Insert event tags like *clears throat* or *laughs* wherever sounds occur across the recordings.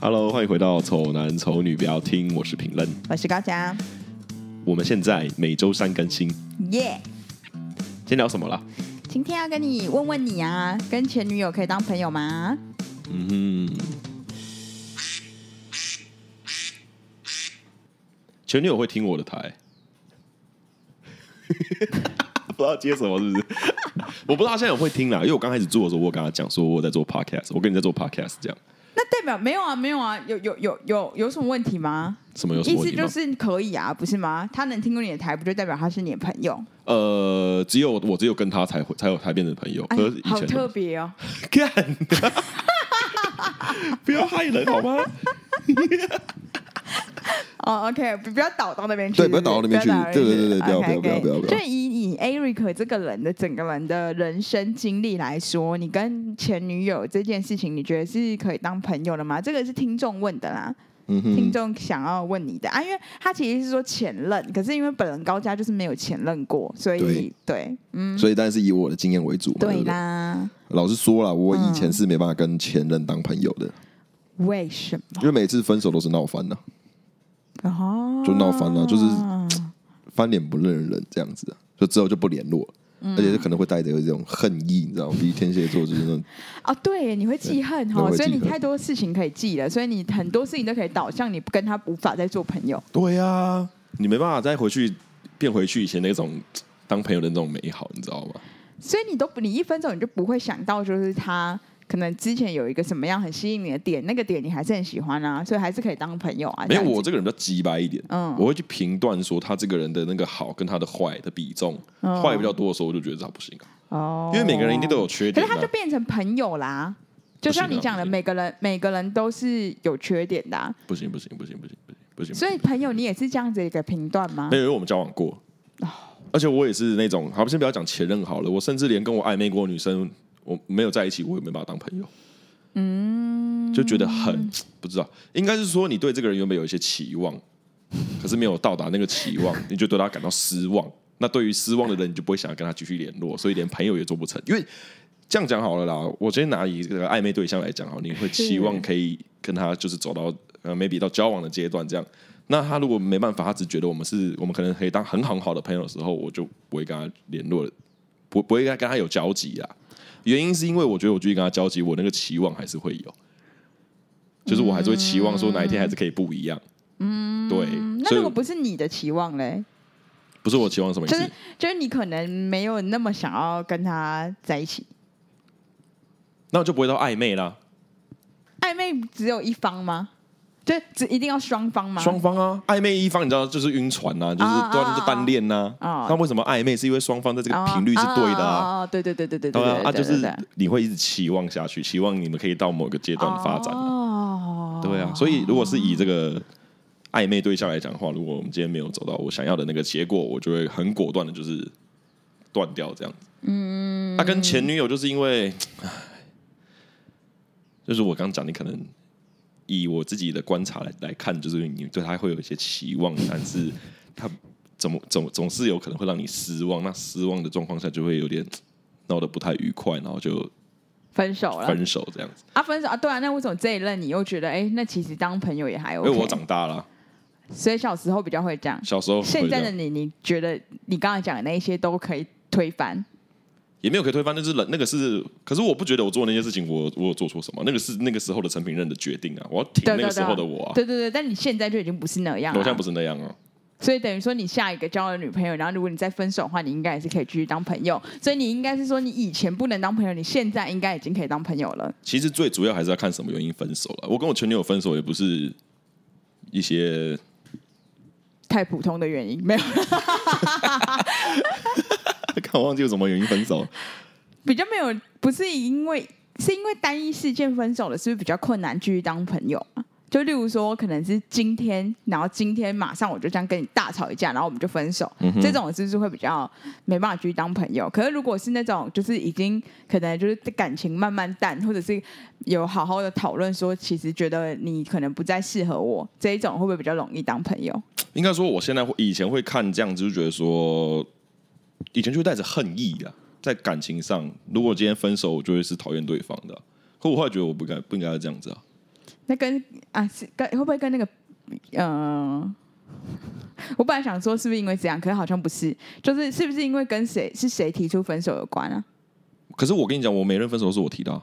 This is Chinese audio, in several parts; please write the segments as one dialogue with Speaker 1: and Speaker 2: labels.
Speaker 1: Hello，欢迎回到《丑男丑女》，不要听，我是评论。
Speaker 2: 我是高翔，
Speaker 1: 我们现在每周三更新，
Speaker 2: 耶、
Speaker 1: 先聊什么啦？
Speaker 2: 今天要跟你问问你啊，跟前女友可以当朋友吗？
Speaker 1: 嗯哼，前女友会听我的台， *laughs* 不知道接什么是不是？我不知道他现在有会听啦，因为我刚开始做的时候，我有跟他讲说我在做 podcast，我跟你在做 podcast 这样，
Speaker 2: 那代表没有啊，没有啊，有有有有有什么问题吗？
Speaker 1: 什么有什
Speaker 2: 意
Speaker 1: 么问
Speaker 2: 思
Speaker 1: 题吗？
Speaker 2: 就是可以啊，不是吗？他能听过你的台，不就代表他是你的朋友？
Speaker 1: 呃，只有我只有跟他才会才有才变成朋友，
Speaker 2: 哎
Speaker 1: 可是以
Speaker 2: 好
Speaker 1: 前都
Speaker 2: 特别哦！
Speaker 1: 干，不要害人好吗？
Speaker 2: 哦，OK，不不要倒到那边去，
Speaker 3: 对
Speaker 2: 是是
Speaker 3: 不要倒到那边去
Speaker 2: 倒到那
Speaker 3: 对对对对不要
Speaker 2: OK，
Speaker 3: 不要
Speaker 2: OK
Speaker 3: 不要不要
Speaker 2: 就以你 Eric 这个人的整个人的人生经历来说，你跟前女友这件事情，你觉得是可以当朋友的吗？这个是听众问的啦。
Speaker 3: 嗯
Speaker 2: 听
Speaker 3: 哼，
Speaker 2: 众想要问你的啊，因为他其实是说前任，可是因为本人高家就是没有前任过，所以对，嗯，
Speaker 3: *laughs* 所以当然是以我的经验为主嘛。对
Speaker 2: 对
Speaker 3: 不对
Speaker 2: 啦，
Speaker 3: 老实说了，我以前是没办法跟前任当朋友的，
Speaker 2: 为什么？
Speaker 3: 因为每次分手都是闹翻了，
Speaker 2: 哦，
Speaker 3: 就闹翻了就是翻脸不认人这样子啊，就之后就不联络了。而且是可能会带着有这种恨意，你知道吗？比起天蝎座就是那种，
Speaker 2: 哦，对，你会记恨
Speaker 3: 对我
Speaker 2: 哦，
Speaker 3: 会
Speaker 2: 所以你
Speaker 3: 记恨
Speaker 2: 太多事情可以记了，所以你很多事情都可以导向你跟他无法再做朋友。
Speaker 1: *laughs* 对啊呀、你没办法再回去变回去以前那种当朋友的那种美好，你知道吗？
Speaker 2: 所以你都不你一分手你就不会想到，就是他可能之前有一个什么样很吸引你的点，那个点你还是很喜欢啊，所以还是可以当朋友啊。
Speaker 1: 没有，
Speaker 2: 这样
Speaker 1: 我
Speaker 2: 子
Speaker 1: 这个人比较鸡掰一点，
Speaker 2: 嗯
Speaker 1: 我会去评断说他这个人的那个好跟他的坏的比重，
Speaker 2: 嗯
Speaker 1: 坏、比较多的时候，我就觉得他不行、啊，
Speaker 2: 哦，
Speaker 1: 因为每个人一定都有缺
Speaker 2: 可
Speaker 1: 点、
Speaker 2: 是
Speaker 1: 啊。
Speaker 2: 他就变成朋友啦。就像你讲的，
Speaker 1: 不行啊
Speaker 2: 每个人每个人都是有缺点的啊、
Speaker 1: 不行不行不行不行不行不行，
Speaker 2: 所以嗯朋友你也是这样子一个评断吗
Speaker 1: 没？有因为我们交往过，而且我也是那种，好，先不要讲前任好了，我甚至连跟我暧昧过的女生，我没有在一起，我也没把她当朋友，嗯，就觉得很不知道，应该是说你对这个人原本有一些期望， *laughs* 可是没有到达那个期望，你就对他感到失望。那对于失望的人，你就不会想要跟他继续联络，所以连朋友也做不成。因为这样讲好了啦，我今天拿以这个暧昧对象来讲好，你会期望可以跟他就是走到呃 maybe 到交往的阶段这样。那他如果没办法，他只觉得我们是我们可能可以当很好很好的朋友的时候，我就不会跟他联络了，不不会跟他有交集啦。原因是因为我觉得我继续跟他交集，我那个期望还是会有，就是我还是会期望说哪一天还是可以不一样。嗯，对
Speaker 2: 嗯，，
Speaker 1: 所
Speaker 2: 那
Speaker 1: 以
Speaker 2: 如果不是你的期望嘞，
Speaker 1: 不是我期望什么意
Speaker 2: 就
Speaker 1: 思？
Speaker 2: 是就是你可能没有那么想要跟他在一起，
Speaker 1: 那我就不会到暧昧啦，
Speaker 2: 暧昧只有一方吗？就只一定要双方吗？
Speaker 1: 双方啊，暧昧一方你知道就是晕船呐、就是
Speaker 2: 啊
Speaker 1: 当
Speaker 2: 啊
Speaker 1: 然是单恋呐、
Speaker 2: 啊
Speaker 1: 那为什么暧昧？是因为双方在这个
Speaker 2: 哦
Speaker 1: 频率是对的啊。
Speaker 2: 哦哦哦对对对对对对
Speaker 1: 对啊，
Speaker 2: 对，
Speaker 1: 啊，就
Speaker 2: 对
Speaker 1: 是
Speaker 2: 对
Speaker 1: 你会一直期望下去，期望你们可以到某个阶段发展啊、
Speaker 2: 哦，
Speaker 1: 对啊，所以如果是以这个暧昧对象来讲的话，如果我们今天没有走到我想要的那个结果，我就会很果断的，就是断掉这样子。嗯，那、跟前女友就是因为，唉就是我刚讲，你可能以我自己的观察来来看，就是你对他会有一些期望，但是他 *laughs* 怎么总总是有可能会让你失望，那失望的状况下就会有点闹得不太愉快，然后就
Speaker 2: 分手了
Speaker 1: 分手这样子。
Speaker 2: 啊，分手啊，对啊，那为什么这一任你又觉得，哎，那其实当朋友也还 OK？
Speaker 1: 因为我长大了，啊
Speaker 2: 所以小时候比较会这样。
Speaker 1: 小时候会
Speaker 2: 现在
Speaker 1: 这
Speaker 2: 的
Speaker 1: 样
Speaker 2: 你，你觉得你刚才讲的那一些都可以推翻？
Speaker 1: 也没有可以推翻，那是人，那个是，可是我不觉得我做那些事情我，我有做错什么，那个是那个时候的陈品任的决定啊，我要挺
Speaker 2: 对
Speaker 1: 那
Speaker 2: 对
Speaker 1: 个时
Speaker 2: 对啊
Speaker 1: 候的我啊，
Speaker 2: 对对对，但你现在就已经不是那样
Speaker 1: 我现在
Speaker 2: 了
Speaker 1: 不。是那样啊，
Speaker 2: 所以等于说，你下一个交了女朋友，然后如果你再分手的话，你应该也是可以继续当朋友。所以你应该是说，你以前不能当朋友，你现在应该已经可以当朋友了。
Speaker 1: 其实最主要还是要看什么原因分手了。我跟我前女友分手也不是一些， *laughs*
Speaker 2: 太普通的原因没有， *laughs*
Speaker 1: 看我忘记有什么原因分手，
Speaker 2: 比较没有，不是因为是因为单一事件分手了，是不是比较困难继续当朋友啊？就例如说，可能是今天，然后今天马上我就这样跟你大吵一架，然后我们就分手，这种是不是会比较没办法继续当朋友？可是如果是那种就是已经可能就是感情慢慢淡，或者是有好好的讨论说，其实觉得你可能不再适合我，这一种会不会比较容易当朋友？
Speaker 1: 应该说我现在会以前会看这样子，就觉得说以前就会带着恨意啊，在感情上，如果今天分手，我就会是讨厌对方的啊、可我后来觉得我不该不应该这样子啊，
Speaker 2: 那跟啊是跟会不会跟那个呃， *laughs* 我本来想说是不是因为这样，可是好像不是，就是是不是因为跟谁是谁提出分手有关啊？
Speaker 1: 可是我跟你讲，我每任分手都是我提的啊、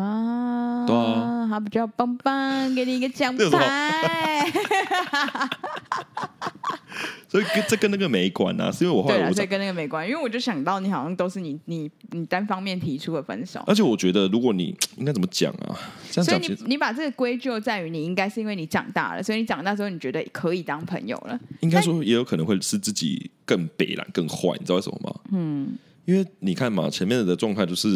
Speaker 2: 啊，
Speaker 1: 对啊，
Speaker 2: 好，比较棒棒，给你一个奖
Speaker 1: 这有什么
Speaker 2: 牌。 *laughs*
Speaker 1: 所以跟这跟那个没关啊，是因为我后
Speaker 2: 对
Speaker 1: 来
Speaker 2: 了，
Speaker 1: 我
Speaker 2: 所以
Speaker 1: 找，
Speaker 2: 跟那个没关，因为我就想到你好像都是你你你单方面提出的分手，
Speaker 1: 而且我觉得如果你应该怎么讲啊，这样
Speaker 2: 所以
Speaker 1: 讲其
Speaker 2: 你
Speaker 1: 实
Speaker 2: 你把这个归咎在于你应该是因为你长大了，所以你长大之后你觉得可以当朋友了，
Speaker 1: 应该说也有可能会是自己更北蓝更坏，你知道为什么吗？嗯，因为你看嘛，前面的状态就是，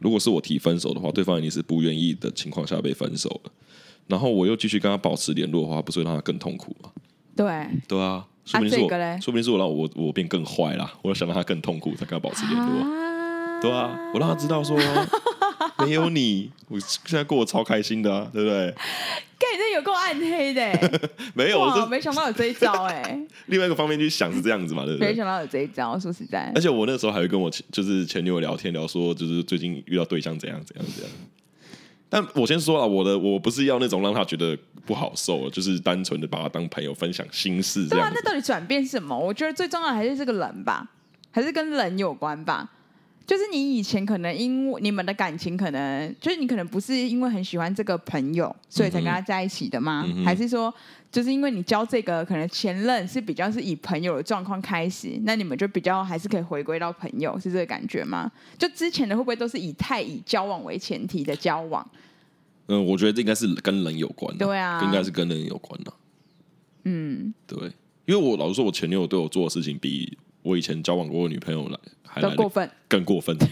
Speaker 1: 如果是我提分手的话，对方一定是不愿意的情况下被分手了，然后我又继续跟他保持联络的话，不是会让他更痛苦吗？
Speaker 2: 对，
Speaker 1: 对啊，说不定是
Speaker 2: 这
Speaker 1: 我，
Speaker 2: 个嘞
Speaker 1: 说不定是我让我我变更坏啦，我想让他更痛苦，才跟他保持联络。
Speaker 2: 啊
Speaker 1: 对啊，我让他知道
Speaker 2: *laughs*
Speaker 1: 说没有你，我现在过得超开心的、啊，对不对？
Speaker 2: 干你这有够暗黑的、欸，
Speaker 1: 没 *laughs* 有，我
Speaker 2: 哇，
Speaker 1: 是
Speaker 2: 没想到有这一
Speaker 1: *laughs*
Speaker 2: 招哎、
Speaker 1: 另外一个方面去想是这样子嘛，对不
Speaker 2: 没
Speaker 1: 对？
Speaker 2: 想到有这一招，说实
Speaker 1: *laughs*
Speaker 2: 在
Speaker 1: 而，且我那时候还会跟我前就是前女友聊天，聊说就是最近遇到对象怎样怎样怎样。但我先说了，我的我不是要那种让他觉得不好受，就是单纯的把他当朋友分享心事这
Speaker 2: 对啊
Speaker 1: 样，
Speaker 2: 那
Speaker 1: 子。
Speaker 2: 到底转变什么？我觉得最重要的还是这个人吧，还是跟人有关吧。就是你以前可能因为你们的感情，可能就是你可能不是因为很喜欢这个朋友，所以才跟他在一起的吗？
Speaker 1: 嗯哼
Speaker 2: 还是说，就是因为你交这个可能前任是比较是以朋友的状况开始，那你们就比较还是可以回归到朋友，是这个感觉吗？就之前的会不会都是以太以交往为前提的交往？
Speaker 1: 嗯，我觉得这应该是跟人有关的，
Speaker 2: 对啊
Speaker 1: 应该是跟人有关的、
Speaker 2: 嗯，
Speaker 1: 对，因为我老实说，我前女友对我做的事情比我以前交往过的女朋友来还来
Speaker 2: 都
Speaker 1: 得
Speaker 2: 过分，
Speaker 1: 更过分。
Speaker 2: 更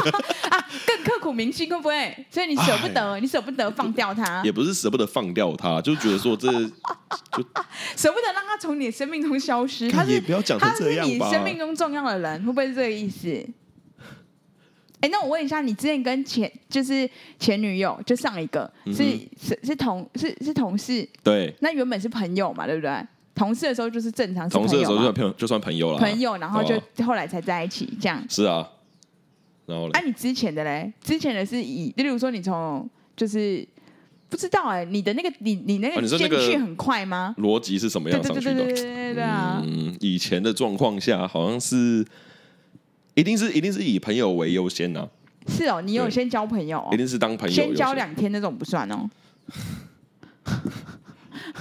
Speaker 2: 刻骨铭心，会不会？所以你舍不得，你舍不得放掉他，
Speaker 1: 也不是舍不得放掉他，就觉得说这
Speaker 2: 啊舍不得让他从你的生命中消失。他
Speaker 1: 也
Speaker 2: 是
Speaker 1: 不要讲成
Speaker 2: 他
Speaker 1: 这
Speaker 2: 是
Speaker 1: 样
Speaker 2: 你
Speaker 1: 吧。
Speaker 2: 生命中重要的人，会不会是这个意思？哎、那我问一下，你之前跟前就是前女友，就上一个
Speaker 1: 嗯
Speaker 2: 是、是是同是是同事，
Speaker 1: 对，
Speaker 2: 那原本是朋友嘛，对不对？同事的时候就是正常是
Speaker 1: 同
Speaker 2: 朋
Speaker 1: 事的时
Speaker 2: 友
Speaker 1: 候就
Speaker 2: 嘛
Speaker 1: 算朋友就算朋友了，
Speaker 2: 朋友，然后就
Speaker 1: 哦
Speaker 2: 后来才在一起这样。
Speaker 1: 是啊。然后嘞
Speaker 2: 啊，你之前的嘞？之前的是以，例如说你从就是不知道哎、你的那个你你那
Speaker 1: 哦
Speaker 2: 个
Speaker 1: 你说那
Speaker 2: 间
Speaker 1: 个
Speaker 2: 距很快吗？
Speaker 1: 逻辑是什么
Speaker 2: 对
Speaker 1: 样
Speaker 2: 对
Speaker 1: 上去
Speaker 2: 对对对
Speaker 1: 的？
Speaker 2: 对对对对啊！
Speaker 1: 嗯，以前的状况下好像是。一定是一定是以朋友为优先呐、
Speaker 2: 是哦，你有
Speaker 1: 对
Speaker 2: 先交朋友哦
Speaker 1: 一，定是当朋友
Speaker 2: 先
Speaker 1: 优
Speaker 2: 交
Speaker 1: 先。
Speaker 2: 两天那种不算哦，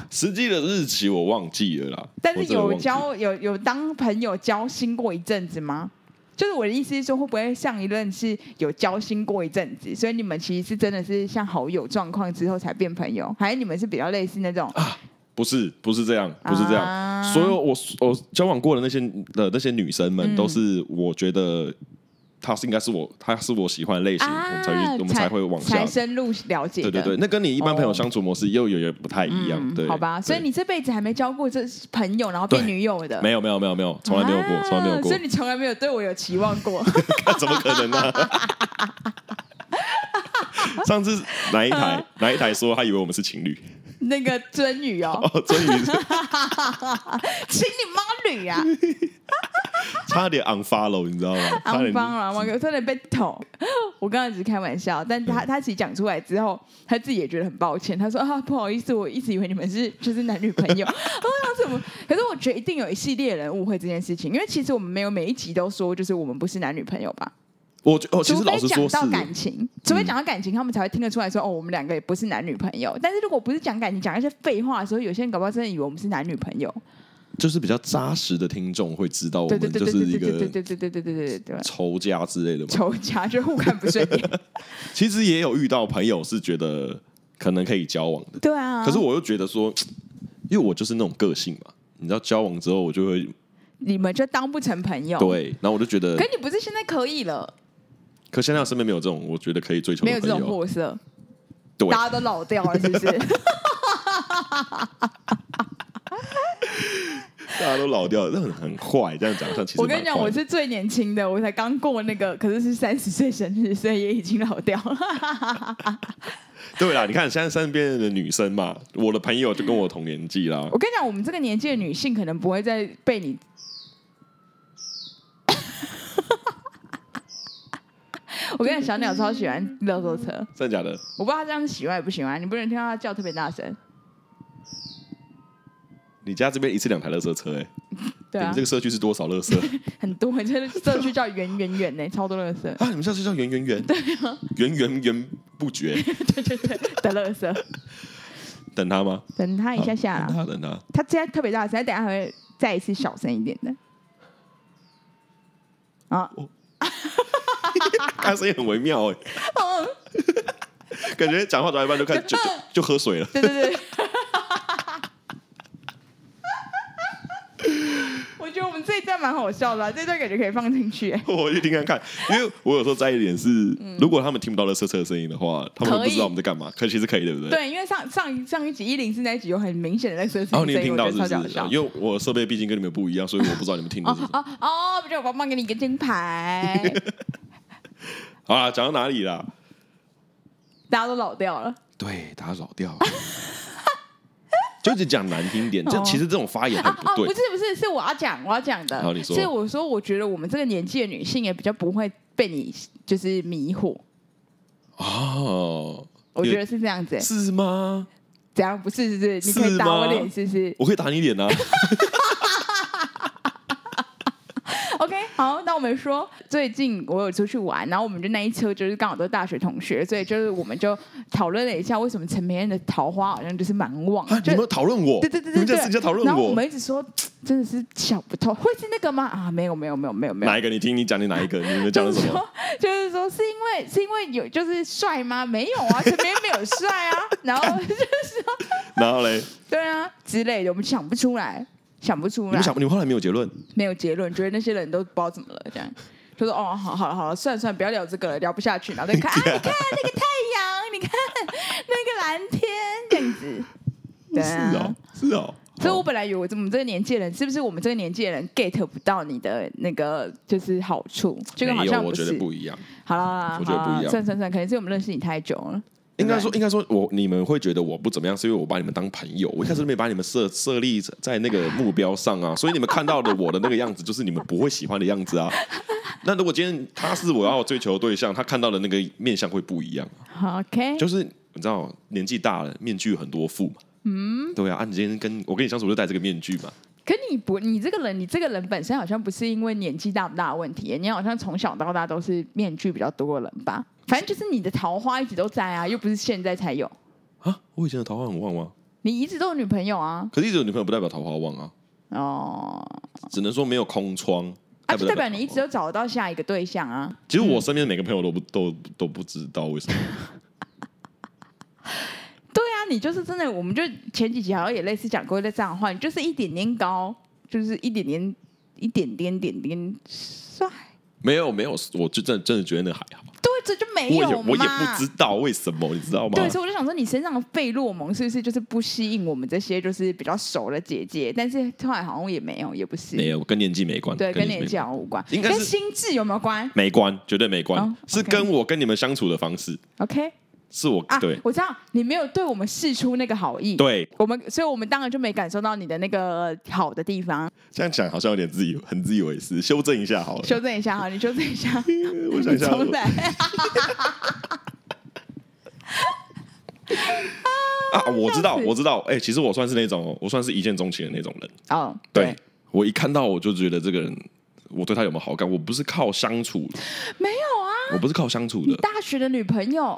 Speaker 1: 实际的日期我忘记了啦，
Speaker 2: 但是
Speaker 1: 我真的忘
Speaker 2: 有
Speaker 1: 记
Speaker 2: 交有有当朋友交心过一阵子吗？就是我的意思是说，会不会上一任是有交心过一阵子，所以你们其实是真的是像好友状况之后才变朋友，还是你们是比较类似那种？
Speaker 1: 不是不是这样，啊不是这样。
Speaker 2: 啊
Speaker 1: 所有我我交往过的那些的那些女生们，
Speaker 2: 嗯
Speaker 1: 都是我觉得她是应该是我，她是我喜欢的类型，我们才去我们才会往下
Speaker 2: 啊才。深入了解
Speaker 1: 对
Speaker 2: 的。哦
Speaker 1: 对对，那跟你一般朋友相处模式又有点不太一样，
Speaker 2: 嗯
Speaker 1: 对，
Speaker 2: 好吧，所以
Speaker 1: 对
Speaker 2: 你这辈子还没交过这朋友，然后变女友的，
Speaker 1: 没有没有没有没有，从来没有过，从来没有
Speaker 2: 啊
Speaker 1: 过
Speaker 2: 所以，你从来没有对我有期望
Speaker 1: *laughs*
Speaker 2: 过。
Speaker 1: 怎么可能呢、
Speaker 2: *laughs*
Speaker 1: 上次哪一
Speaker 2: *laughs*
Speaker 1: 台哪一台说他以为我们是情侣？
Speaker 2: 那个尊宇哦，
Speaker 1: 哦，所以你
Speaker 2: *laughs* 请你妈女啊！
Speaker 1: 差点 unfollow，你知道
Speaker 2: *laughs*
Speaker 1: 吗？差
Speaker 2: 安
Speaker 1: 点
Speaker 2: 邦啊，
Speaker 1: *laughs*
Speaker 2: 我真的被捅。 *laughs* 我刚才只是开玩笑，但
Speaker 1: 嗯
Speaker 2: 他他其实讲出来之后，他自己也觉得很抱歉。他说啊，不好意思，我一直以为你们是 *laughs* 就是男女朋友。我想怎么？可是我觉得一定有一系列人误会这件事情，因为其实我们没有每一集都说就是我们不是男女朋友吧。
Speaker 1: 我觉哦，其
Speaker 2: 除
Speaker 1: 实
Speaker 2: 非
Speaker 1: 老实说
Speaker 2: 讲
Speaker 1: 是
Speaker 2: 到感情，除非讲到感情，他们才会听得出来说哦，我们两个也不是男女朋友。但是如果不是讲感情，讲一些废话的时候，有些人搞不好真的以为我们是男女朋友。
Speaker 1: 就是比较扎实的听众会知道，哦我
Speaker 2: 对对
Speaker 1: 们
Speaker 2: 对
Speaker 1: 就
Speaker 2: 对
Speaker 1: 是一
Speaker 2: 对对
Speaker 1: 个
Speaker 2: 对对对对对对对对。
Speaker 1: 仇家之类的嘛。
Speaker 2: 仇家就互看不顺眼，
Speaker 1: *laughs* 其实也有遇到朋友是觉得可能可以交往的，
Speaker 2: 对啊。
Speaker 1: 可是我又觉得说，因为我就是那种个性嘛，你知道，交往之后我就会
Speaker 2: 你们就当不成朋友。。
Speaker 1: 对，然后我就觉得
Speaker 2: 可，你不是现在可以了，
Speaker 1: 可现在我身边没有这种我觉得可以追求
Speaker 2: 没
Speaker 1: 的
Speaker 2: 有这
Speaker 1: 朋
Speaker 2: 种
Speaker 1: 友啊，
Speaker 2: 货色，
Speaker 1: 对
Speaker 2: 大家都老掉了，
Speaker 1: *laughs*
Speaker 2: 是不是？
Speaker 1: 大家都老掉了，这很很坏，这样
Speaker 2: *laughs*
Speaker 1: 讲上其实
Speaker 2: 我跟你讲，
Speaker 1: 蛮
Speaker 2: 我
Speaker 1: 坏的
Speaker 2: 是最年轻的，我才刚过那个，可是是三十岁生日，所以也已经老掉了。
Speaker 1: 对啦，你看现在身边的女生嘛，我的朋友就跟我同年纪啦，
Speaker 2: 我跟你讲，我们这个年纪的女性可能不会再被 *laughs* 你。我跟你讲，小鸟超喜欢乐透车，
Speaker 1: 真的假的？
Speaker 2: 我不知道他这样喜欢也不喜欢，你不能听到他叫特别大声。
Speaker 1: 你家这边一次两台乐色车哎、你
Speaker 2: 对啊
Speaker 1: 们这，个社区是多少乐
Speaker 2: *laughs*
Speaker 1: 色
Speaker 2: 很多，就是社区叫圆圆圆呢，超多乐色
Speaker 1: 啊？你们下次叫源源源，对啊，源源源不绝，
Speaker 2: 的乐色。
Speaker 1: 等他吗？
Speaker 2: 等他一下下
Speaker 1: 等 *laughs*
Speaker 2: 啦，
Speaker 1: 他等他，
Speaker 2: 他现在特别大声，等一下还会再一次小声一点的。啊，
Speaker 1: 他声音很微妙哎、
Speaker 2: 哦，
Speaker 1: 感觉讲话讲到一半就看就就就喝水了。 *laughs*
Speaker 2: 对对对。 *laughs* 我觉得我们这一段蛮好笑的啊、这段感觉可以放进去、欸。
Speaker 1: 我去听看看，因为我有时候在意一点是，如果他们听不到乐色车的声音的话，他们
Speaker 2: 嗯可
Speaker 1: 会
Speaker 2: 以
Speaker 1: 不知道我们在干嘛。可其实可以，对不对？。
Speaker 2: 对，因为上上上一集一零四那一集有很明显的在说
Speaker 1: 然后哦
Speaker 2: 声
Speaker 1: 你
Speaker 2: 音，
Speaker 1: 们
Speaker 2: 所以
Speaker 1: 听
Speaker 2: 我觉
Speaker 1: 到
Speaker 2: 得
Speaker 1: 是
Speaker 2: 超
Speaker 1: 不
Speaker 2: 级
Speaker 1: 是？
Speaker 2: 好笑。
Speaker 1: 因为我的设备毕竟跟你们不一样，所以我不知道你们听的
Speaker 2: 哦
Speaker 1: 是
Speaker 2: *laughs*
Speaker 1: 什么。
Speaker 2: 哦哦，不就我帮忙给你一个
Speaker 1: *laughs*
Speaker 2: 金牌，
Speaker 1: 好啦，讲到哪里啦？
Speaker 2: 大家都老掉了。
Speaker 1: 对，打扰掉了。 *laughs* 就是讲难听点，这
Speaker 2: 哦
Speaker 1: 其实这种发言很
Speaker 2: 哦，
Speaker 1: 不
Speaker 2: 不
Speaker 1: 哎
Speaker 2: *laughs*
Speaker 1: 对
Speaker 2: 是。不是，是我要讲我要讲的。
Speaker 1: 好你说
Speaker 2: 所以我说，我觉得我们这个年纪的女性也比较不会被你就是迷惑，
Speaker 1: 哦，
Speaker 2: 我觉得是这样子、欸。
Speaker 1: 是吗？
Speaker 2: 怎样？不是是是，你可
Speaker 1: 是
Speaker 2: 以打我
Speaker 1: 吗
Speaker 2: 脸，是不是
Speaker 1: 我可以打你脸啊！
Speaker 2: ？OK，好，那我们说，最近我有出去玩，然后我们就那一车就是刚好都是大学同学，所以就是我们就讨论了一下，为什么陈明恩的桃花好像就是蛮旺
Speaker 1: 啊，，你
Speaker 2: 就
Speaker 1: 们有讨论我，
Speaker 2: 对对对
Speaker 1: 你
Speaker 2: 对
Speaker 1: 们在
Speaker 2: 对，
Speaker 1: 私下讨
Speaker 2: 然
Speaker 1: 论
Speaker 2: 后
Speaker 1: 我
Speaker 2: 我，们一直说，真的是想不透，会是那个吗？啊，没有没有没有没有没有
Speaker 1: 哪，一个？你听你讲你哪一个？你们讲
Speaker 2: 就
Speaker 1: 了
Speaker 2: 是
Speaker 1: 什么？
Speaker 2: 说，就是说，是因为是因为有就是帅吗？没有
Speaker 1: *laughs*
Speaker 2: 啊，陈明没有帅啊，然后就是说，
Speaker 1: 然后嘞，
Speaker 2: 对啊之类的，我们想不出来，想不出
Speaker 1: 你
Speaker 2: 来
Speaker 1: 们，想，你们后来没有结论？
Speaker 2: 没有结论，觉得那些人都不知道怎么了，这样。就说哦，好好了好了，算了算了，不要聊这个了，聊不下去。然后
Speaker 1: *laughs*
Speaker 2: 再看，啊，你看那个太阳，你看那个蓝天，这样子。对啊，
Speaker 1: 是哦，是哦。
Speaker 2: 所以我
Speaker 1: 好
Speaker 2: 本来以为我们这个年纪的人，是不是我们这个年纪的人 get 不到你的那个就是好处？这个好
Speaker 1: 没有
Speaker 2: 像
Speaker 1: 我觉
Speaker 2: 是
Speaker 1: 得。不一样。
Speaker 2: 好啦，
Speaker 1: 我觉得不一样
Speaker 2: 好啦算算算，可能是我们认识你太久了。
Speaker 1: 应该
Speaker 2: 对
Speaker 1: 说，
Speaker 2: 不对
Speaker 1: 应该说我你们会觉得我不怎么样，是因为我把你们当朋友，我一开始都没把你们设 *laughs* 设立在那个目标上啊，所以你们看到的我的那个样子，就是你们不会喜欢的样子啊。那如果今天他是我要追求的对象，他看到的那个面相会不一样啊、
Speaker 2: 好 OK，
Speaker 1: 就是你知道，年纪大了，面具很多副嘛。嗯，对啊，啊，你今天跟我跟你相处就戴这个面具嘛，
Speaker 2: 可你不，你这个人，你这个人本身好像不是因为年纪大不大的问题，你好像从小到大都是面具比较多的人吧？反正就是你的桃花一直都在啊，又不是现在才有，
Speaker 1: 啊，我以前的桃花很旺吗？
Speaker 2: 你一直都有女朋友啊，
Speaker 1: 可是一直有女朋友不代表桃花旺啊，
Speaker 2: 哦，
Speaker 1: 只能说没有空窗。
Speaker 2: 啊，就代表你一
Speaker 1: 桃
Speaker 2: 直
Speaker 1: 花旺
Speaker 2: 都找得到下一个对象啊。
Speaker 1: 其实我身边的每个朋友都不都都不知道为什么。
Speaker 2: 对啊，你就是真的，我们就前几集好像也类似讲过类似这样的话，你就是一点点高，就是一点点一点点点点帅，
Speaker 1: 没有没有，我就真的真的觉得那还好，
Speaker 2: 对，这就没
Speaker 1: 我也
Speaker 2: 有嘛。
Speaker 1: 我也不知道为什么，你知道吗？
Speaker 2: 哎对，所以我就想说，你身上的费洛蒙是不是就是不吸引我们这些就是比较熟的姐姐？但是后来好像也没有，也不是，
Speaker 1: 没有跟年纪没关，
Speaker 2: 对，跟年纪
Speaker 1: 没
Speaker 2: 好像无关，
Speaker 1: 应该
Speaker 2: 跟
Speaker 1: 是
Speaker 2: 心智有没有关
Speaker 1: 没关，绝对没关，
Speaker 2: 哦
Speaker 1: 是
Speaker 2: OK
Speaker 1: 跟我跟你们相处的方式，
Speaker 2: ？OK
Speaker 1: 是我、
Speaker 2: 啊
Speaker 1: 对，
Speaker 2: 我知道你没有对我们示出那个好意，，
Speaker 1: 对，
Speaker 2: 我们，所以我们当然就没感受到你的那个好的地方。
Speaker 1: 这样讲好像有点自以很自以为是，修正一下好了，
Speaker 2: 修正一下哈，你修正一下，
Speaker 1: 我 *laughs* 想一下，
Speaker 2: 重来。
Speaker 1: 啊，我知道
Speaker 2: 笑死
Speaker 1: 我知道，哎、其实我算是那种我算是一见钟情的那种人，
Speaker 2: 哦，
Speaker 1: 对我一看到我就觉得这个人。我对他有没有好感？我不是靠相处的，
Speaker 2: 没有啊，
Speaker 1: 我不是靠相处
Speaker 2: 你
Speaker 1: 的，
Speaker 2: 大学的女朋友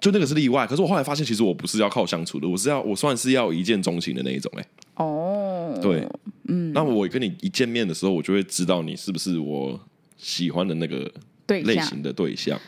Speaker 1: 就那个是例外。可是我后来发现，其实我不是要靠相处的，我是要我算是要一见钟情的那一种、哎，
Speaker 2: 哦，
Speaker 1: 对，嗯，那我跟你一见面的时候，我就会知道你是不是我喜欢的那个
Speaker 2: 对
Speaker 1: 类
Speaker 2: 象，
Speaker 1: 型的对象。
Speaker 2: 嗯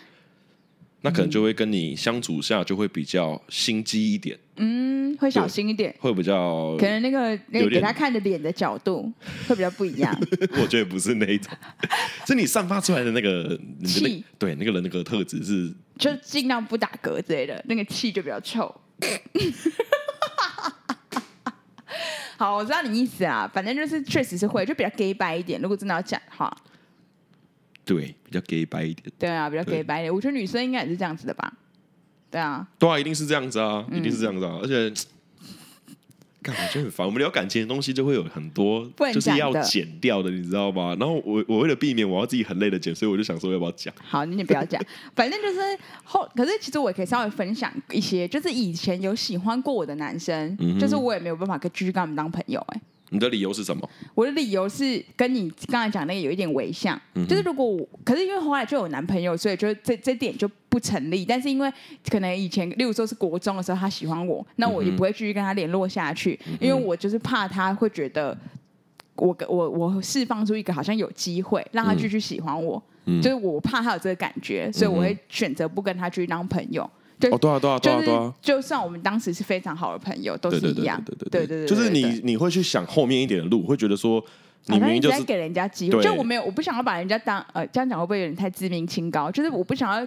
Speaker 1: 那可能就会跟你相处下就会比较心机一点，
Speaker 2: 嗯，会小心一点，
Speaker 1: 会比较
Speaker 2: 可能那个那个
Speaker 1: 有
Speaker 2: 给
Speaker 1: 点
Speaker 2: 他看的脸的角度会比较不一
Speaker 1: *laughs*
Speaker 2: 样。
Speaker 1: 我觉得不是那一种，
Speaker 2: *laughs*
Speaker 1: 是你散发出来的那个你的那
Speaker 2: 气
Speaker 1: 对那个人那个特质是
Speaker 2: 就尽量不打嗝之类的，那个气就比较臭。 *laughs* 好，我知道你意思啊，反正就是确实是会，就比较 gay 白一点。如果真的要讲的话，
Speaker 1: 对比较 gay 白一点。
Speaker 2: 对啊，比较
Speaker 1: 对
Speaker 2: gay 白一点。我觉得女生应该也是这样子的吧？对啊，嗯
Speaker 1: 对啊，一定是这样子啊，一定是这样子啊，而且干，我觉得很烦。我们聊感情的东西就会有很多
Speaker 2: 不能
Speaker 1: 就是
Speaker 2: 讲
Speaker 1: 要
Speaker 2: 的
Speaker 1: 剪掉的，你知道吗？然后我我为了避免我要自己很累的剪，所以我就想说要不要讲。
Speaker 2: 好，你也不要讲，反正就是后。可是其实我也可以稍微分享一些，就是以前有喜欢过我的男生，
Speaker 1: 嗯哼
Speaker 2: 就是我也没有办法跟继续跟他们当朋友、哎，
Speaker 1: 你的理由是什么？
Speaker 2: 我的理由是跟你刚才讲那个有一点违像，
Speaker 1: 嗯哼
Speaker 2: 就是如果我，可是因为后来就有男朋友，所以就这这点就不成立。但是因为可能以前，例如说是国中的时候，他喜欢我，那我
Speaker 1: 嗯
Speaker 2: 也不会继续跟他联络下去，因为我就是怕他会觉得我跟我我释放出一个好像有机会让他继续喜欢我，
Speaker 1: 嗯
Speaker 2: 就是我怕他有这个感觉，所以我会选择不跟他继续当朋友。对
Speaker 1: 哦，对啊，对啊，对
Speaker 2: 就
Speaker 1: 啊，
Speaker 2: 是
Speaker 1: 对啊，，
Speaker 2: 就算我们当时是非常好的朋友，都
Speaker 1: 对
Speaker 2: 是
Speaker 1: 对
Speaker 2: 一
Speaker 1: 对
Speaker 2: 样，
Speaker 1: 对对
Speaker 2: 对对，
Speaker 1: 就是
Speaker 2: 对对
Speaker 1: 你你会去想后面一点的路，会觉得说你
Speaker 2: 好像
Speaker 1: 明
Speaker 2: 一
Speaker 1: 明
Speaker 2: 直
Speaker 1: 就
Speaker 2: 在
Speaker 1: 是
Speaker 2: 给人家机
Speaker 1: 对
Speaker 2: 会，就我没有，我不想要把人家当呃，这样讲会不会有点太自命清高？就是我不想要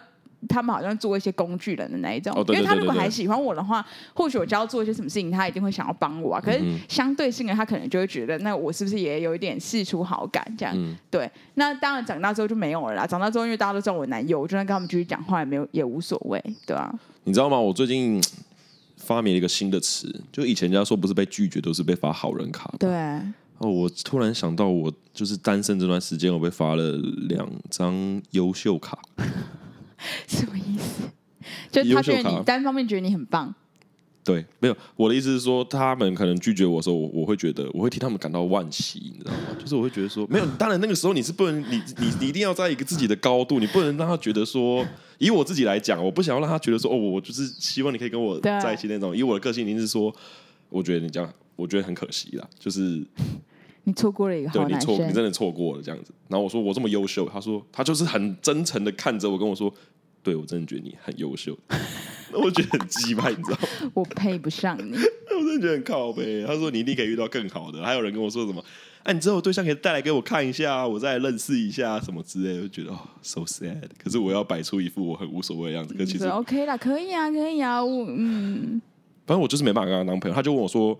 Speaker 2: 他们好像做一些工具人的那一种，
Speaker 1: 哦对对
Speaker 2: 因为他如果
Speaker 1: 对对对
Speaker 2: 还喜欢我的话，或许我就要做一些什么事情，他一定会想要帮我啊。可是
Speaker 1: 嗯哼
Speaker 2: 相对性的，他可能就会觉得，那我是不是也有一点试出好感这样？
Speaker 1: 嗯
Speaker 2: 对，那当然长大之后就没有了啦。长大之后，因为大家都知道我男友，我就算跟他们继续讲话也没有也无所谓，对啊。
Speaker 1: 你知道吗？我最近发明了一个新的词，就以前人家说不是被拒绝，都是被发好人卡。
Speaker 2: 对，
Speaker 1: 哦，我突然想到，我就是单身这段时间，我被发了两张优秀卡。
Speaker 2: 什么意思？就是他觉
Speaker 1: 优秀
Speaker 2: 得
Speaker 1: 卡
Speaker 2: 你单方面觉得你很棒，
Speaker 1: 对，没有我的意思是说，他们可能拒绝我的时候，我我会觉得我会替他们感到惋惜，你知道吗？就是我会觉得说，没有，当然那个时候你是不能，你你你一定要在一个自己的高度，你不能让他觉得说，以我自己来讲，我不想要让他觉得说，哦，我就是希望你可以跟我
Speaker 2: 对
Speaker 1: 在一起那种。以我的个性，一定是说，我觉得你这样，我觉得很可惜啦，就是
Speaker 2: 你错过了一个
Speaker 1: 对
Speaker 2: 好
Speaker 1: 你
Speaker 2: 男
Speaker 1: 错，
Speaker 2: 生
Speaker 1: 你。真的错过了这样子。然后我说我这么优秀，他说他就是很真诚的看着我跟我说，对我真的觉得你很优秀， *laughs* 那我觉得很鸡掰，你知道吗？
Speaker 2: 我配不上你。
Speaker 1: *laughs* 我真的觉得很靠背。他说你一定可以遇到更好的。还有人跟我说什么？哎、你之后对象可以带来给我看一下啊，我再认识一下啊什么之类的。我就觉得哦，so sad。可是我要摆出一副我很无所谓的样子。可是其实
Speaker 2: 嗯对，OK 啦，可以啊，可以啊，我嗯，
Speaker 1: 反正我就是没办法跟他当朋友。他就问我说，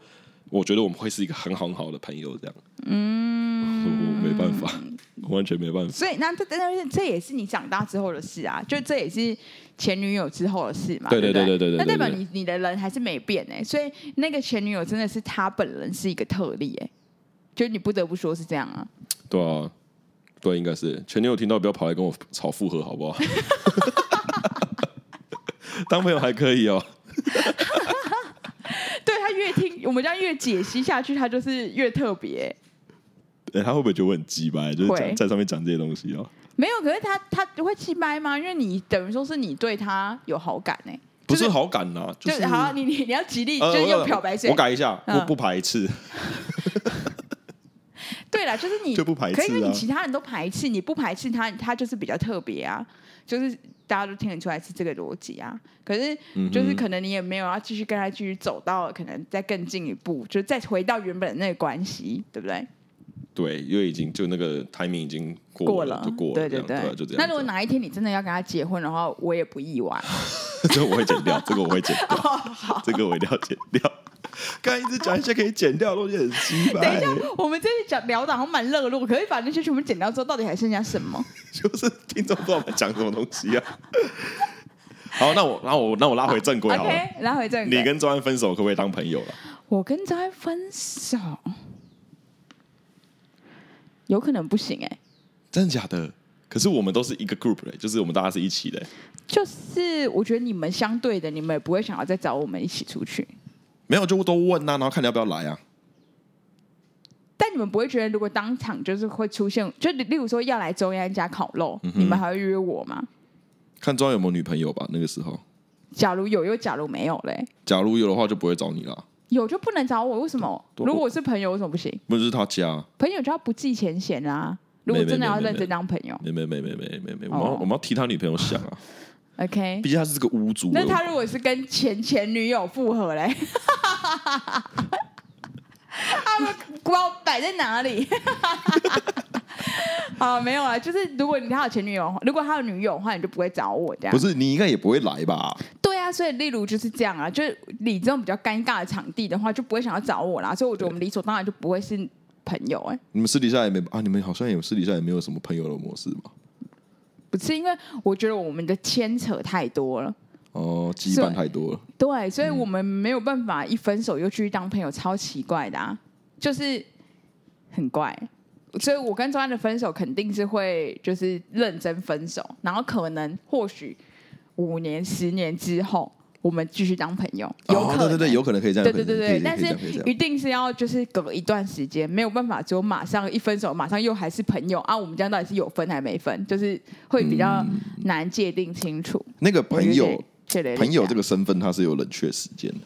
Speaker 1: 我觉得我们会是一个很好很好的朋友这样。嗯， *laughs* 我我没办法，我完全没办法。
Speaker 2: 所以那这但是这也是你长大之后的事啊，就这也是前女友之后的事嘛，
Speaker 1: 对
Speaker 2: 对
Speaker 1: 对
Speaker 2: 不
Speaker 1: 对对对对
Speaker 2: 那代表
Speaker 1: 对对
Speaker 2: 你你的人还是没变哎、所以那个前女友真的是她本人是一个特例哎、就你不得不说是这样啊，
Speaker 1: 对啊，对，应该是前女友听到不要跑来跟我吵复合好不好？ *laughs* 当朋友还可以哦。
Speaker 2: *laughs* 对她越听我们这样越解析下去，她就是越特别欸、
Speaker 1: 哎、他会不会觉得我很鸡掰？就是
Speaker 2: 会
Speaker 1: 讲在上面讲这些东西哦、
Speaker 2: 没有，可是她她会气掰吗？因为你等于说是你对她有好感哎、
Speaker 1: 不是好感呐、就
Speaker 2: 就是是好，啊你你你要极力，
Speaker 1: 呃
Speaker 2: 就是用
Speaker 1: 我
Speaker 2: 漂白水
Speaker 1: 我改一下，
Speaker 2: 嗯
Speaker 1: 我不排斥。
Speaker 2: 对啦，就是你
Speaker 1: 就不排斥啊
Speaker 2: 可是因为你其他人都排斥，你不排斥他，他就是比较特别啊，就是大家都听得出来是这个逻辑啊。可是
Speaker 1: 嗯哼
Speaker 2: 就是可能你也没有要继续跟他继续走到可能再更进一步，就再回到原本的那个关系，对不对？
Speaker 1: 对，因为已经就那个 timing 已经过
Speaker 2: 过
Speaker 1: 了，就过了，这
Speaker 2: 对对
Speaker 1: 样对啊，就这样。
Speaker 2: 那如果哪一天你真的要跟他结婚的话，我也不意
Speaker 1: *laughs*
Speaker 2: 外。
Speaker 1: 这个我会剪掉，这个我会剪
Speaker 2: *laughs*
Speaker 1: 掉，这个我一定要剪掉。 *laughs* 刚才一直讲一些可以剪掉的东西，很鸡
Speaker 2: 等一
Speaker 1: 掰
Speaker 2: 下，，我们这次讲聊的好像蛮热络，可是把那些全部剪掉之后，到底还剩下什么？
Speaker 1: 就是听众不知道我们讲什么东西啊。 *laughs* 好，那我那我那我拉回正轨好了。
Speaker 2: OK，拉回正轨。
Speaker 1: 你跟周安分手可不可以当朋友了？啊
Speaker 2: 我跟张安分手，有可能不行哎、
Speaker 1: 真的假的？可是我们都是一个 group 嘞、就是我们大家是一起的、
Speaker 2: 就是我觉得你们相对的，你们也不会想要再找我们一起出去，
Speaker 1: 没有就都问呐、然后看你要不要来啊。
Speaker 2: 但你们不会觉得如果当场就是会出现，就例如说要来中央家烤肉，
Speaker 1: 嗯
Speaker 2: 你们还会约我吗？
Speaker 1: 看庄有没有女朋友吧。那个时候，
Speaker 2: 假如有，又假如没有嘞，
Speaker 1: 假如有的话，就不会找你啦。
Speaker 2: 有就不能找我，为什么？
Speaker 1: 对
Speaker 2: 如果我是朋友，为什么不行？
Speaker 1: 不是他家，
Speaker 2: 朋友就要不计前嫌啊！如果
Speaker 1: 没没
Speaker 2: 真的要
Speaker 1: 没没
Speaker 2: 认真
Speaker 1: 没
Speaker 2: 当朋友
Speaker 1: 没没没没没没没，我们要、
Speaker 2: 哦
Speaker 1: 我们要替他女朋友想
Speaker 2: *laughs*
Speaker 1: 啊，
Speaker 2: ，OK
Speaker 1: 毕。竟他是个屋主。
Speaker 2: *laughs* 那他如果是跟前前女友复合嘞， *laughs* 他们不知道摆在哪里。 *laughs* 啊，没有啊，就是如果你他有前女友的话，如果他有女友的话，你就不会找我这样
Speaker 3: 不。是你应该也不会来吧？
Speaker 2: 对啊，所以例如就是这样啊，就是你这种比较尴尬的场地的话，就不会想要找我啦。所以我觉得我们理所当然就不会是朋友哎、
Speaker 3: 你们私底下也没啊？你们好像也私底下也没有什么朋友的模式吧？
Speaker 2: 不是因为我觉得我们的牵扯太多了。
Speaker 3: 哦，羁绊太多了，
Speaker 2: 对，所以
Speaker 3: 嗯
Speaker 2: 我们没有办法一分手又继续当朋友，超奇怪的啊，就是很怪。所以我跟周安的分手肯定是会就是认真分手，然后可能或许五年、十年之后，我们继续当朋友，有可
Speaker 3: 哦，
Speaker 2: 能。
Speaker 3: 对对对，有可能可以这样，
Speaker 2: 对对
Speaker 3: 可以
Speaker 2: 对
Speaker 3: 这样可以
Speaker 2: 对，但
Speaker 3: 这
Speaker 2: 是
Speaker 3: 样可以这样
Speaker 2: 一定是要就是隔一段时间，没有办法说马上一分手，马上又还是朋友啊。我们这样到底是有分还没分，就是会比较难界定清楚。
Speaker 3: 那个嗯朋友，朋友这
Speaker 2: 个
Speaker 3: 个身份，它是有冷却时间的。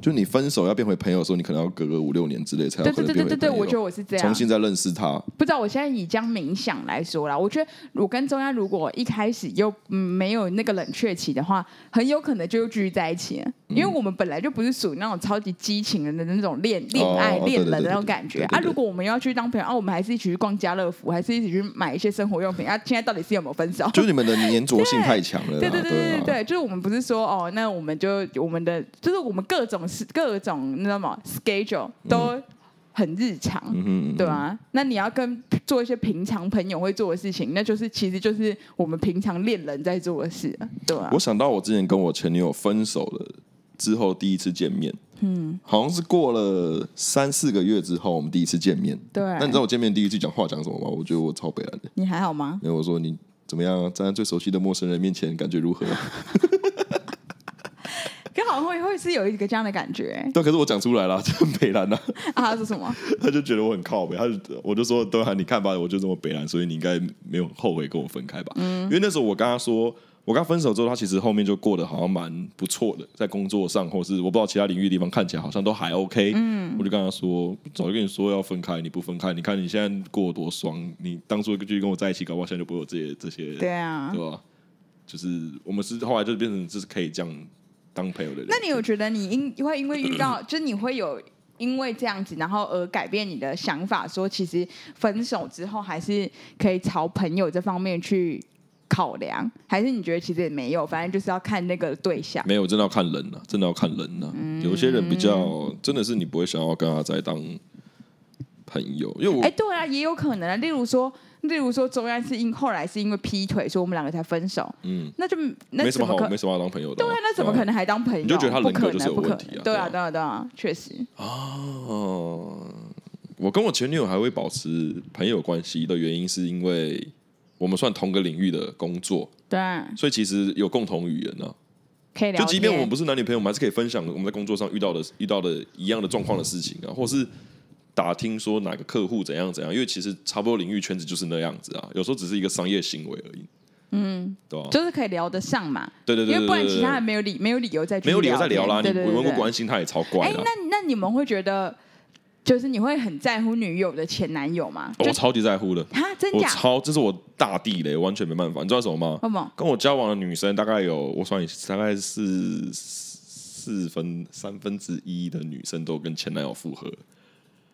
Speaker 3: 就你分手要变回朋友的时候，你可能要隔个五六年之类才有
Speaker 2: 对
Speaker 3: 可能
Speaker 2: 对对
Speaker 3: 变回朋
Speaker 2: 对对对，啊
Speaker 3: 友。
Speaker 2: 我觉得我是这样
Speaker 3: 重。新再认识他，
Speaker 2: 不知道我现在以将冥想来说啦，我觉得我跟中央如果一开始又、嗯、没有那个冷却期的话，很有可能就又继续在一起了，因为
Speaker 3: 嗯
Speaker 2: 我们本来就不是属于那种超级激情的那种恋恋爱
Speaker 3: 哦
Speaker 2: 恋人
Speaker 3: 对对
Speaker 2: 的
Speaker 3: 对
Speaker 2: 那种感觉
Speaker 3: 对对
Speaker 2: 啊。
Speaker 3: 对
Speaker 2: 如果我们要去当朋友啊，我们还是一起去逛家乐福，还是一起去买一些生活用品啊。现在到底是有没有分手？
Speaker 3: *laughs*
Speaker 2: *laughs*
Speaker 3: 就是你们的粘着性太强了啦。
Speaker 2: 对对对对
Speaker 3: 啊
Speaker 2: 对，对，就是我们不是说哦，那我们就我们的就是我们各种事各种那什么 schedule 都很日常，
Speaker 3: 嗯哼嗯哼
Speaker 2: 对啊，那你要跟做一些平常朋友会做的事情，那就是其实就是我们平常恋人在做的事，对啊
Speaker 3: 我，想到我之前跟我前女友分手了之后，第一次见面，嗯，好像是过了三四个月之后，我们第一次见面。
Speaker 2: 对
Speaker 3: 那你知道我见面第一句讲话讲什么吗？我觉得我超北蓝的，
Speaker 2: 你还好吗？
Speaker 3: 因为我说你怎么样，站在最熟悉的陌生人面前，感觉如何？ *laughs*
Speaker 2: 可好像会会是有一个这样的感觉、欸
Speaker 3: 但可是我讲出来了，这很北蓝呐、
Speaker 2: 啊，他说什么？
Speaker 1: 他就觉得我很靠北，他就我就说对啊，你看吧，我就这么北蓝，所以你应该没有后悔跟我分开吧？
Speaker 2: 嗯
Speaker 1: 因为那时候我跟他说，我跟他分手之后，他其实后面就过得好像蛮不错的，在工作上或是我不知道其他领域的地方看起来好像都还 OK。嗯，我就跟他说，早就跟你说要分开，你不分开，你看你现在过得多爽，你当初继续跟我在一起，搞不好现在就不会有这些这些，
Speaker 2: 对啊，
Speaker 1: 对吧？就是我们是后来就变成就是可以这样当朋友的人。
Speaker 2: 那你有觉得你因会因为遇 *clears throat* 到，就是你会有因为这样子，然后而改变你的想法，说其实分手之后还是可以朝朋友这方面去考量，还是你觉得其实也没有，反正就是要看那个对象。
Speaker 1: 没有，真的要看人呐、真的要看人呐、啊
Speaker 2: 嗯
Speaker 1: 有些人比较，真的是你不会想要跟他再当朋友，因为我、
Speaker 2: 哎、对啊，也有可能啊。例如说，例如说，周安是因后来是因为劈腿，所以我们两个才分手。嗯，那就那
Speaker 1: 没什
Speaker 2: 怎
Speaker 1: 么
Speaker 2: 么
Speaker 1: 好，
Speaker 2: 可
Speaker 1: 没什么好当朋友的、
Speaker 2: 对啊？那怎么可能还当朋友？
Speaker 1: 你就觉得他人格
Speaker 2: 不可
Speaker 1: 就是有
Speaker 2: 能，不可
Speaker 1: 问题啊
Speaker 2: 能。
Speaker 1: 对
Speaker 2: 对
Speaker 1: 啊
Speaker 2: 啊，对啊，对啊，确实。
Speaker 1: 哦我跟我前女友还会保持朋友关系的原因，是因为我们算同个领域的工作，
Speaker 2: 对啊，
Speaker 1: 所以其实有共同语言啊呢、
Speaker 2: 可以聊
Speaker 1: 就
Speaker 2: 天。
Speaker 1: 即便我们不是男女朋友，我们还是可以分享我们在工作上遇到的遇到的一样的状况的事情啊，或是打听说哪个客户怎样怎样，因为其实差不多领域圈子就是那样子啊，有时候只是一个商业行为而已。嗯，对吧、
Speaker 2: 就是可以聊得上嘛。
Speaker 1: 对对对，
Speaker 2: 因为不然
Speaker 1: 对对
Speaker 2: 其他人
Speaker 1: 对
Speaker 2: 没有理没有理由再继续
Speaker 1: 没有理由再
Speaker 2: 天
Speaker 1: 聊啦。你
Speaker 2: 对对对
Speaker 1: 文
Speaker 2: 对
Speaker 1: 物关心他也超怪
Speaker 2: 哎，
Speaker 1: 的啊，
Speaker 2: 那那你们会觉得，就是你会很在乎女友的前男友吗？就
Speaker 1: 哦我超级在乎的，
Speaker 2: 啊，真
Speaker 1: 我
Speaker 2: 假？哦
Speaker 1: 超这是我大地雷，完全没办法。你知道什么吗？
Speaker 2: 为什么？
Speaker 1: 跟我交往的女生大概有，我算一下大概是四分三分之一的女生都跟前男友复合。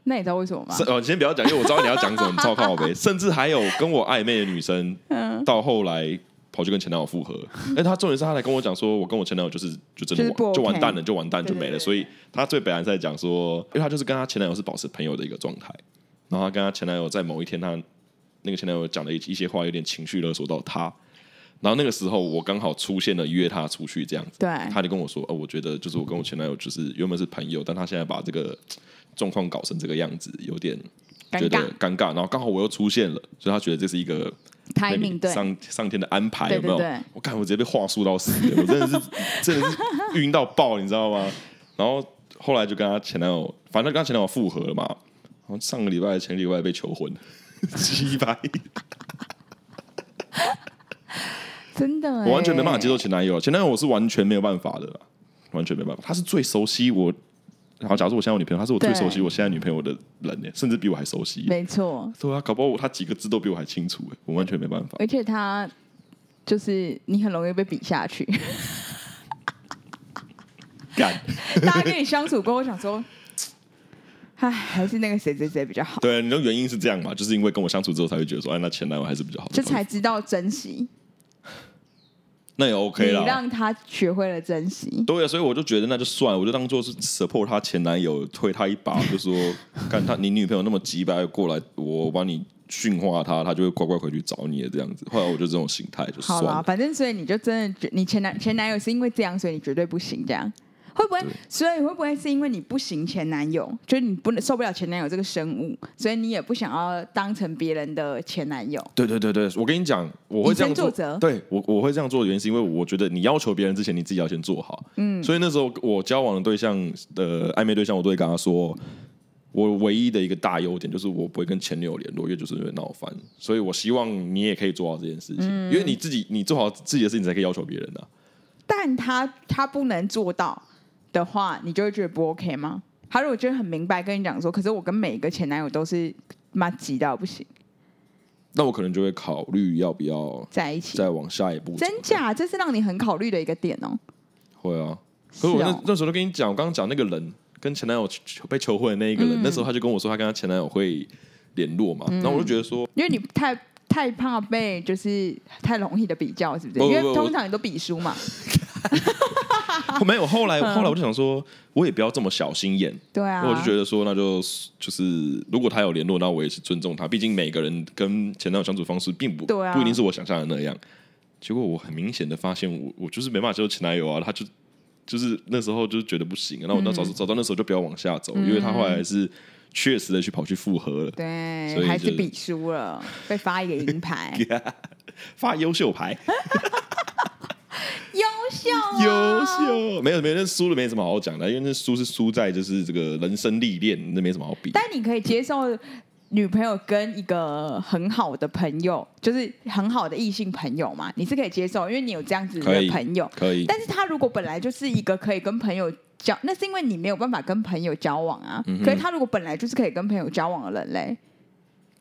Speaker 2: 那你知道为什么吗
Speaker 1: 是？哦，你先不要讲，因为我知道你要讲什么，超靠
Speaker 2: *laughs*
Speaker 1: 呗。甚至还有跟我暧昧的女生，
Speaker 2: 嗯
Speaker 1: 到后来跑去跟前男友复合。哎，她重点是她来跟我讲说，我跟我前男友就是就真的
Speaker 2: 就是不
Speaker 1: 完就完
Speaker 2: OK
Speaker 1: 蛋了，就完蛋
Speaker 2: 对
Speaker 1: 就
Speaker 2: 对
Speaker 1: 没了。
Speaker 2: 对
Speaker 1: 所以她最本来在讲说，因为她就是跟她前男友是保持朋友的一个状态，然后她跟她前男友在某一天，她那个前男友讲了一一些话，有点情绪勒索到她。然后那个时候，我刚好出现了约她出去这样子，
Speaker 2: 对
Speaker 1: 她就跟我说：“哦，我觉得就是我跟我前男友就是原本是朋友，但他现在把这个状况搞成这个样子，有点
Speaker 2: 尴
Speaker 1: 觉得
Speaker 2: 尬
Speaker 1: 尴尬，然后刚好我又出现了，所以他觉得这是一个那个
Speaker 2: ，timing 对。
Speaker 1: 上上天的安排，
Speaker 2: 对
Speaker 1: 有没有
Speaker 2: 对对？
Speaker 1: 我感我直接被话术到死，我真的
Speaker 2: *laughs*
Speaker 1: 是真的是晕到爆，你知道吗？然后后来就跟她前男友，反正跟她前男友复合了嘛，然后上个礼拜前个礼拜被求婚， *laughs* 鸡掰，
Speaker 2: 真的、欸，
Speaker 1: 我完全没办法接受。前男友，前男友我是完全没有办法的啦，完全没办法，他是最熟悉我。好，假如我现在有女朋友，他是我最
Speaker 2: 对
Speaker 1: 熟悉我现在女朋友的人呢，甚至比我还熟悉。
Speaker 2: 没错，
Speaker 1: 对啊，搞不好我他几个字都比我还清楚哎，我完全没办
Speaker 2: *laughs*
Speaker 1: 法。
Speaker 2: 而且他就是你很容易被比下去。 *laughs*
Speaker 1: 干，
Speaker 2: 大家跟你相处过，我想说，唉，还是那个谁谁谁比较好，
Speaker 1: 对，你的原因是这样嘛？就是因为跟我相处之后才会觉得说，哎，那前男友还是比较好的，嗯
Speaker 2: 就才知道珍惜。
Speaker 1: 那也 OK
Speaker 2: 你
Speaker 1: 啦。
Speaker 2: 让他学会了珍惜。
Speaker 1: 对啊，所以我就觉得那就算了，我就当做是 support
Speaker 2: *laughs*
Speaker 1: 她前男友，推她一把，就说干她你女朋友那么急白过来，我帮你训话他，他就会乖乖回去找你的这样子。后来我就这种心态就
Speaker 2: 好
Speaker 1: 算
Speaker 2: 啦，
Speaker 1: 了，
Speaker 2: 反正所以你就真的觉你前男前男友是因为这样，所以你绝对不行这样。会不会
Speaker 1: 对？
Speaker 2: 所以会不会是因为你不行前男友，就是你不能受不了前男友这个生物，所以你也不想要当成别人的前男友？
Speaker 1: 对对对对，我跟你讲，我会这样
Speaker 2: 以身作
Speaker 1: 做
Speaker 2: 则。
Speaker 1: 对我我会这样做的原因是因为我觉得你要求别人之前，你自己要先做好。嗯，所以那时候我交往的对象的暧昧对象，我都会跟他说，我唯一的一个大优点就是我不会跟前女友联络，因为就是因为闹翻。所以我希望你也可以做到这件事情，
Speaker 2: 嗯
Speaker 1: 因为你自己你做好自己的事情，你才可以要求别人啊。
Speaker 2: 但他他不能做到的话，你就会觉得不 OK 吗？他如果觉得很明白跟你讲说，可是我跟每一个前男友都是妈急到不行，
Speaker 1: 那我可能就会考虑要不要
Speaker 2: 在一起，
Speaker 1: 再往下一步走。
Speaker 2: 真假？这是让你很考虑的一个点哦。
Speaker 1: 会啊，可是我
Speaker 2: 是
Speaker 1: 那、
Speaker 2: 哦
Speaker 1: 那时候都跟你讲，我刚刚讲那个人跟前男友求被求婚的那一个
Speaker 2: 嗯
Speaker 1: 人，那时候他就跟我说他跟他前男友会联络嘛，然后我就觉得说，
Speaker 2: 因为你太太怕被就是太容易的比较，是不是？
Speaker 1: 不不
Speaker 2: 因为
Speaker 1: 不
Speaker 2: 通常你都比输嘛，啊
Speaker 1: 哦没有，后来后来我就想说，我也不要这么小心眼，
Speaker 2: 对嗯啊。
Speaker 1: 那我就觉得说，那就就是如果他有联络，那我也是尊重他，毕竟每个人跟前男友相处方式并不
Speaker 2: 对啊
Speaker 1: 不一定是我想象的那样。结果我很明显的发现我，我就是没办法接受前男友啊，他就就是那时候就觉得不行，那我那
Speaker 2: 嗯
Speaker 1: 早早到那时候就不要往下走，因为他后来是确实的去跑去复合了，所以
Speaker 2: 对，
Speaker 1: 就
Speaker 2: 还是比输了，被发一个银牌，
Speaker 1: *laughs* 发优秀牌，
Speaker 2: 优秀、啊，
Speaker 1: 优。秀，没有没有，那输了没什么好讲的，因为那输是输在就是这个人生历练，那没什么好比。
Speaker 2: 但你可以接受女朋友跟一个很好的朋友，就是很好的异性朋友嘛，你是可以接受，因为你有这样子
Speaker 1: 可
Speaker 2: 的
Speaker 1: 以
Speaker 2: 朋友。
Speaker 1: 可以，
Speaker 2: 但是他如果本来就是一个可以跟朋友交，那是因为你没有办法跟朋友交往啊。
Speaker 1: 嗯
Speaker 2: 可是他如果本来就是可以跟朋友交往的人嘞，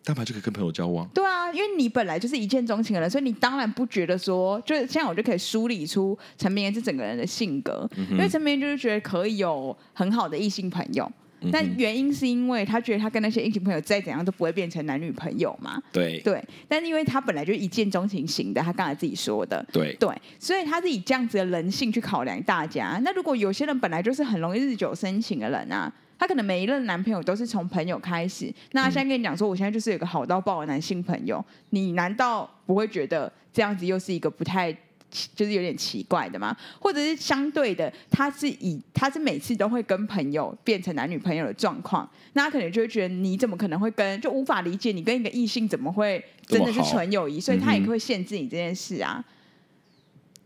Speaker 1: 干嘛就可以跟朋友交往？
Speaker 2: 对啊，因为你本来就是一见钟情的人，所以你当然不觉得说，就是现在我就可以梳理出陈明恩这整个人的性格，因为陈明恩就是觉得可以有很好的异性朋友。但原因是因为他觉得他跟那些异性朋友再怎样都不会变成男女朋友嘛，
Speaker 1: 对
Speaker 2: 对。但是因为他本来就一见钟情型的，他刚才自己说的，
Speaker 1: 对，
Speaker 2: 对，所以他是以这样子的人性去考量大家。那如果有些人本来就是很容易日久生情的人啊，他可能每一任男朋友都是从朋友开始，那他现在跟你讲说，我现在就是有个好到爆的男性朋友，你难道不会觉得这样子又是一个不太？就是有点奇怪的吗？或者是相对的，他是以他是每次都会跟朋友变成男女朋友的状况，那他可能就会觉得你怎么可能会跟就无法理解你跟一个异性怎么会
Speaker 1: 这
Speaker 2: 真
Speaker 1: 么
Speaker 2: 的是
Speaker 1: 好
Speaker 2: 纯友谊，所以他也
Speaker 1: 嗯哼
Speaker 2: 会限制你这件事啊。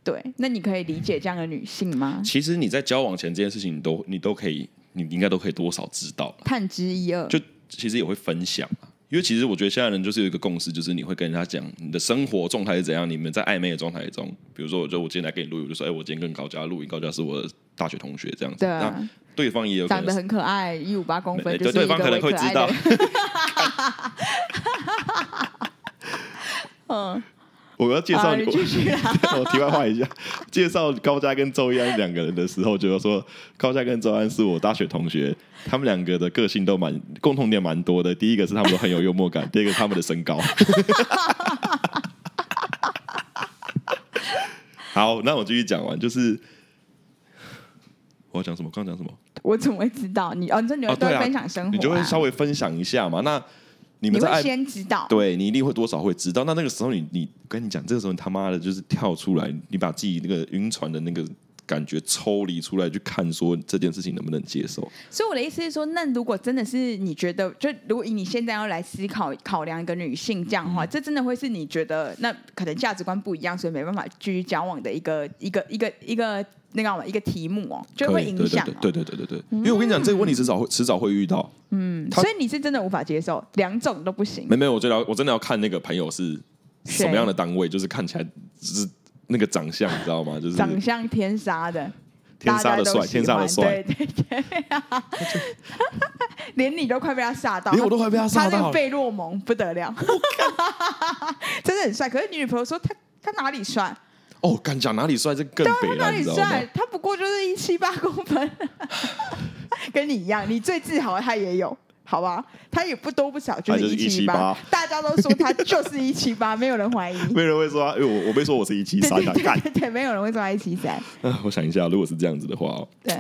Speaker 2: 对，那你可以理解这样的女性吗？
Speaker 1: 其实你在交往前这件事情，你都你都可以，你应该都可以多少知道啦
Speaker 2: 探知一二，
Speaker 1: 就其实也会分享嘛因为其实我觉得现在人就是有一个共识，就是你会跟人家讲你的生活状态是怎样，你们在暧昧的状态中，比如说我就我今天来跟你录影，我就说哎、我今天跟高佳录影，高佳是我的大学同学这样子，
Speaker 2: 对
Speaker 1: 那
Speaker 2: 啊，
Speaker 1: 对方也有可
Speaker 2: 长
Speaker 1: 能
Speaker 2: 得
Speaker 1: 是哎
Speaker 2: 很可爱，一五八公
Speaker 1: 对
Speaker 2: 分，就是
Speaker 1: 对
Speaker 2: 一
Speaker 1: 方
Speaker 2: 个
Speaker 1: 可能
Speaker 2: 微
Speaker 1: 会
Speaker 2: 可爱
Speaker 1: 知
Speaker 2: 的
Speaker 1: 道
Speaker 2: 人。 *laughs* 嗯
Speaker 1: 我要介
Speaker 2: 好
Speaker 1: 绍
Speaker 2: 啊你
Speaker 1: 你，
Speaker 2: 继
Speaker 1: *laughs*
Speaker 2: 续啦。
Speaker 1: 我题外话一下，介绍高佳跟周一安两个人的时候，就要说高佳跟周安是我大学同学，他们两个的个性都蛮共同点蛮多的。第一个是他们都很有幽默
Speaker 2: *laughs*
Speaker 1: 感，第二个是他们的身高。 *laughs* 好，那我继续讲完，就是我要讲什么？刚刚讲什么？
Speaker 2: 我怎么会知道你？哦，你说你
Speaker 1: 哦，
Speaker 2: 会都
Speaker 1: 对
Speaker 2: 会
Speaker 1: 啊，
Speaker 2: 分享生活、啊
Speaker 1: 你就会稍微分享一下嘛。那你
Speaker 2: 你
Speaker 1: 们在
Speaker 2: 会
Speaker 1: 爱
Speaker 2: 先知道，
Speaker 1: 对你一定会多少会知道。那那个时候你，你跟你讲，这个时候你他妈的就是跳出来，你把自己那个晕船的那个感觉抽离出来，去看说这件事情能不能接受。
Speaker 2: 所以我的意思是说，那如果真的是你觉得，就如果以你现在要来思考考量一个女性这样的话，
Speaker 1: 嗯
Speaker 2: 这真的会是你觉得那可能价值观不一样，所以没办法继续交往的一个一个一个一个那个嘛一个题目哦，就
Speaker 1: 可
Speaker 2: 会
Speaker 1: 以，
Speaker 2: 影
Speaker 1: 对
Speaker 2: 响、哦。
Speaker 1: 对对对对对对，因为我跟你讲，这个问题迟早会迟早会遇到。
Speaker 2: 嗯
Speaker 1: 他
Speaker 2: 所以你是真的无法接受，两种都不行
Speaker 1: 没。没有，我真的要我真的要看那个朋友是
Speaker 2: 谁
Speaker 1: 什么样的单位，就是看起来就是那个长相，你知道吗？就是
Speaker 2: 长相天杀的，
Speaker 1: 天杀的
Speaker 2: 大家都
Speaker 1: 帅，
Speaker 2: 喜欢
Speaker 1: 天杀的帅，
Speaker 2: 对对对、 *laughs* 连你都快被他吓到，
Speaker 1: 连我都快被他吓
Speaker 2: 他那个
Speaker 1: 到了。
Speaker 2: 贝洛蒙不得了， *laughs* 真的很帅。可是你女朋友说他他哪里帅？
Speaker 1: 哦，敢讲哪里帅，这更北
Speaker 2: 他啊哪
Speaker 1: 了，你
Speaker 2: 里
Speaker 1: 知道吗
Speaker 2: 帅？？他不过就是一七八公分， *laughs* 跟你一样，你最自豪的他也有。好吧，他也不多不少，
Speaker 1: 他
Speaker 2: 是
Speaker 1: 就是
Speaker 2: 一七八
Speaker 1: 178，
Speaker 2: 大家都说他就是一七八，没有人
Speaker 1: *laughs*
Speaker 2: 怀疑。
Speaker 1: 没人会说啊，因为我我被说我是一七
Speaker 2: 对
Speaker 1: 三啊
Speaker 2: 对
Speaker 1: 敢
Speaker 2: 对
Speaker 1: 干。
Speaker 2: 对对，没有人
Speaker 1: *laughs*
Speaker 2: 会说他一七三。
Speaker 1: *coughs* 啊我想一下，如果是这样子的话哦，
Speaker 2: 对，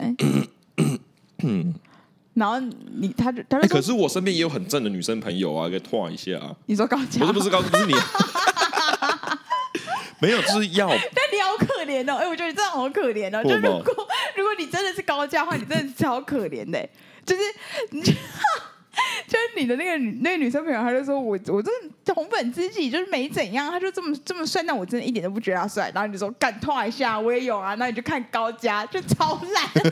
Speaker 2: 然后你他就他
Speaker 1: 哎
Speaker 2: 就
Speaker 1: 可
Speaker 2: 说，
Speaker 1: 是我身边也有很正的女生朋友啊，给拓一下啊。
Speaker 2: 你说高嘉，
Speaker 1: 不是不是高，不是你，没有，就是要
Speaker 2: 但你好可怜哦！哎、我觉得你真的好可怜哦。就
Speaker 1: 为什
Speaker 2: 如
Speaker 1: 么
Speaker 2: 果如果你真的是高价的话，你真的是超可怜的、就是 *laughs* 你就是你的那个女那个女生朋友，她就说我我真的红粉知己，就是没怎样，她就这么这么帅，但我真的一点都不觉得她帅。然后你就说敢拓一下，我也有啊，那你就看高价，就超烂， *laughs* 真的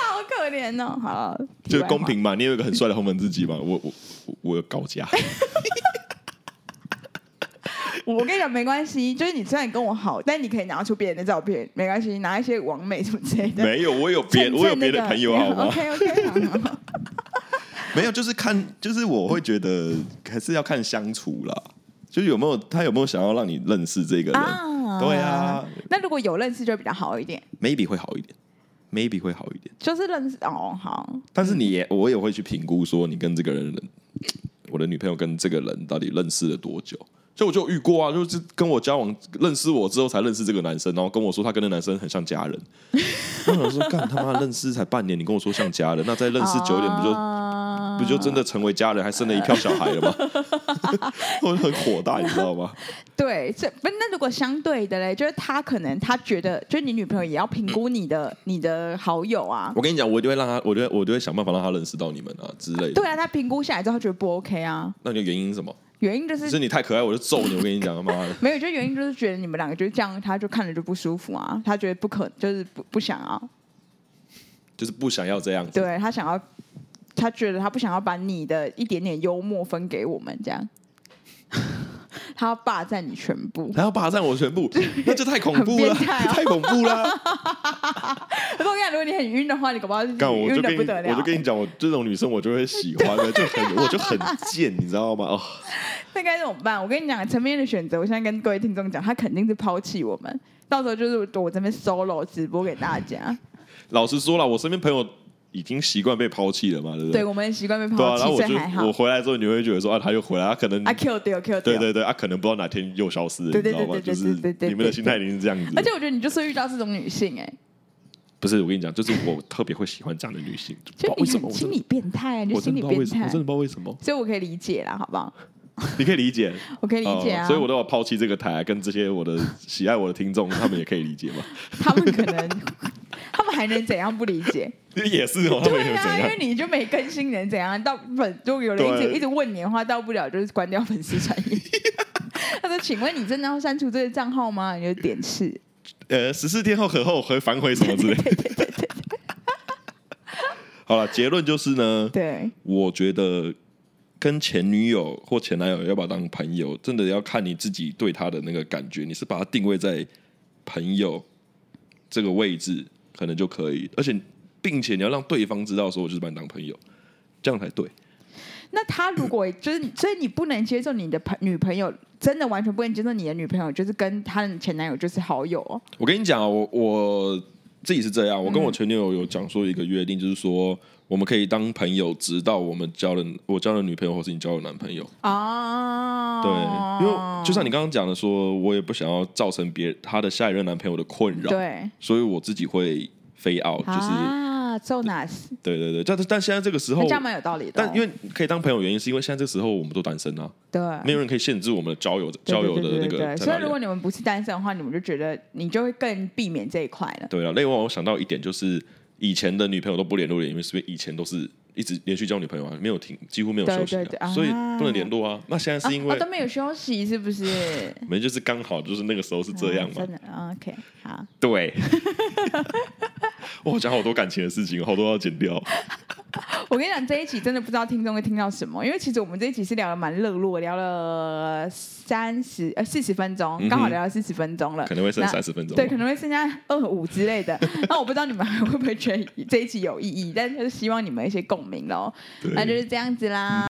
Speaker 2: 好可怜哦。好了，
Speaker 1: 就
Speaker 2: 题
Speaker 1: 是
Speaker 2: 外话
Speaker 1: 公。平嘛，你有一个很帅的红粉知己嘛，我我我我有高价，
Speaker 2: 我跟你讲没关系，就是你虽然跟我好，但你可以拿出别人的照片，没关系，拿一些完美什么之类的。
Speaker 1: 没有，我有别我有别的朋友好
Speaker 2: *laughs*
Speaker 1: 吗？
Speaker 2: OK OK，
Speaker 1: *laughs* 没有，就是看，就是我会觉得还是要看相处啦，就是有没有他有没有想要让你认识这个人，
Speaker 2: 啊
Speaker 1: 对啊。
Speaker 2: 那如果有认识就比较好一点，
Speaker 1: ，maybe 会好一点，maybe 会好一点。
Speaker 2: 就是认识哦，好，
Speaker 1: 但是你也我也会去评估说你跟这个人，我的女朋友跟这个人到底认识了多久。就我就有遇过啊，就是跟我交往认识我之后才认识这个男生，然后跟我说他跟那男生很像家人。我想说，干他妈认识才半年，你跟我说像家人，那再认识久一点不就、
Speaker 2: 就
Speaker 1: 不就真的成为家人，还生了一票小孩了吗？ *laughs* 我就很火大，你知道吗？
Speaker 2: 对？这不那如果相对的嘞，就是他可能他觉得，就是你女朋友也要评估你的你的好友啊，
Speaker 1: 我跟你讲，我就会让他，我就会我就会想办法让他认识到你们啊之类的。
Speaker 2: 对啊，他评估下来之后他觉得不 OK 啊，
Speaker 1: 那你的原因是什么？
Speaker 2: 原因就
Speaker 1: 就是
Speaker 2: 是。
Speaker 1: 你太可爱，我就揍你！我跟你讲，他妈的！
Speaker 2: 没有，就原因就是觉得你们两个就是这样，他就看着就不舒服啊，他觉得不可，就是不不想要，
Speaker 1: 就是不想要这样子。
Speaker 2: 对他想要，他觉得他不想要把你的一点点幽默分给我们，这样， *laughs* 他要霸占你全部。
Speaker 1: 他要霸占我全部，那就太恐怖
Speaker 2: 很
Speaker 1: 了，
Speaker 2: 变态哦
Speaker 1: 太恐怖
Speaker 2: *laughs*
Speaker 1: 了！
Speaker 2: 我跟你讲，如果你很晕的话，你搞不好是
Speaker 1: 干，我
Speaker 2: 晕
Speaker 1: 就
Speaker 2: 的
Speaker 1: 跟你，
Speaker 2: 不得了。
Speaker 1: 我就跟你讲，我这种女生我就会喜欢的，就很我就很贱，你知道吗？哦，
Speaker 2: 那该怎么办？我跟你讲，陈明的选择，我现在跟各位听众讲，他肯定是抛弃我们，到时候就是我这边 solo 直播给大家。
Speaker 1: 老实说了，我身边朋友已经习惯被抛弃了嘛，对不
Speaker 2: 对
Speaker 1: 对？
Speaker 2: 我们很习惯被
Speaker 1: 对啊，
Speaker 2: 抛
Speaker 1: 然后
Speaker 2: 弃，
Speaker 1: 我
Speaker 2: 所
Speaker 1: 就
Speaker 2: 以还好
Speaker 1: 我。回来之后，你会觉得说啊，他又回来，他可能
Speaker 2: 啊 Q 掉 Q 掉，
Speaker 1: 对对对，啊，可能不知道哪天又消失了，
Speaker 2: 对
Speaker 1: 你
Speaker 2: 对
Speaker 1: 知道吗？
Speaker 2: 对对
Speaker 1: 就是
Speaker 2: 对对对
Speaker 1: 你们的心态已经是这样子
Speaker 2: 而。且我觉得你就是遇到这种女性哎、
Speaker 1: 不是，我跟你讲，就是我特别会喜欢这样的女性，不知
Speaker 2: 就
Speaker 1: 道
Speaker 2: 你
Speaker 1: 为什么，
Speaker 2: 很
Speaker 1: 我
Speaker 2: 心
Speaker 1: 真
Speaker 2: 理
Speaker 1: 的
Speaker 2: 变态啊，你就
Speaker 1: 我
Speaker 2: 心
Speaker 1: 真的
Speaker 2: 理
Speaker 1: 不知道为什
Speaker 2: 变
Speaker 1: 么，
Speaker 2: 态
Speaker 1: 我真的，不知道为什么，
Speaker 2: 所以我可以理解啦，好不好？
Speaker 1: 你可以理解。
Speaker 2: 我可以理解啊。
Speaker 1: 哦所以我都要抛弃这个台，跟这些我的喜爱我的听众，他们也可以理解嘛。
Speaker 2: 他们可能， *laughs* 他们还能怎样不理
Speaker 1: *laughs*
Speaker 2: 解？
Speaker 1: *laughs* 也是哦，他们也
Speaker 2: 对
Speaker 1: 有
Speaker 2: 啊，
Speaker 1: 怎
Speaker 2: 因
Speaker 1: 样
Speaker 2: 为？你就没更新，能怎样？到粉如果有人一直
Speaker 1: 对
Speaker 2: 一直问你的话，到不了就是关掉粉丝专
Speaker 1: *laughs*
Speaker 2: 业。他说：“请问你真的要删除这个账号吗？”你就点是，
Speaker 1: 呃，十四天后可后会反悔什么之类的。 *laughs* 好了，结论就是呢，
Speaker 2: 对，
Speaker 1: 我觉得跟前女友或前男友要不要当朋友，真的要看你自己对他的那个感觉。你是把他定位在朋友这个位置，可能就可以，而且并且你要让对方知道说我就是把你当朋友，这样才对。
Speaker 2: 那他如果就是，所以你不能接受你的朋女朋友，真的完全不能接受你的女朋友，就是跟她的前男友就是好友哦。
Speaker 1: 我跟你讲啊，我我自己是这
Speaker 2: 嗯
Speaker 1: 样，我跟我前女友有讲说一个约定，就是说我们可以当朋友，直到我们交了我交了女朋友，或是你交了男朋友。
Speaker 2: 哦，
Speaker 1: 对，因为就像你刚刚讲的说，我也不想要造成别她的下一任男朋友的困扰，
Speaker 2: 对，
Speaker 1: 所以我自己会飞 out，就是、
Speaker 2: 啊，揍哪死？
Speaker 1: 对对对，但但现在这个时
Speaker 2: 那
Speaker 1: 候
Speaker 2: 这。样蛮有道理的哦。
Speaker 1: 但因为可以当朋友，原因是因为现在这个时候我们都单身啊，
Speaker 2: 对，
Speaker 1: 没有人可以限制我们的交友
Speaker 2: 对
Speaker 1: 交友
Speaker 2: 对
Speaker 1: 的
Speaker 2: 对
Speaker 1: 那
Speaker 2: 对
Speaker 1: 个在
Speaker 2: 对所
Speaker 1: 哪
Speaker 2: 以如
Speaker 1: 里
Speaker 2: 果
Speaker 1: 啊。
Speaker 2: 你们不是单身的话，你们就觉得你就会更避免这一块了。
Speaker 1: 对啊，另外我想到一点就是，以前的女朋友都不联络了，因为是不是以前都是一直连续交女朋友啊，没有停，几乎没有休息、啊，
Speaker 2: 对对对啊
Speaker 1: 所以不能联络啊。那现 *laughs* 在是因为
Speaker 2: 啊、哦、都没有休息，是不是？
Speaker 1: 我们就是刚好就是那个时候是 *laughs* 这样嘛
Speaker 2: 啊真，的啊 OK，好，
Speaker 1: 对。 *laughs* 哇，讲好多感情的事情，好多要剪掉。
Speaker 2: 我跟你讲，这一期真的不知道听众会听到什么，因为其实我们这一期是聊的蛮热络，聊了三十呃四十分钟，
Speaker 1: 嗯哼
Speaker 2: 刚好聊了四十分钟了，
Speaker 1: 可能会剩
Speaker 2: 那
Speaker 1: 30分钟
Speaker 2: 对，可能会剩下二五之类的。 *laughs* 那我不知道你们还会不会觉得这一期有意义，但就是希望你们有一些共鸣喽。那就是这样子啦。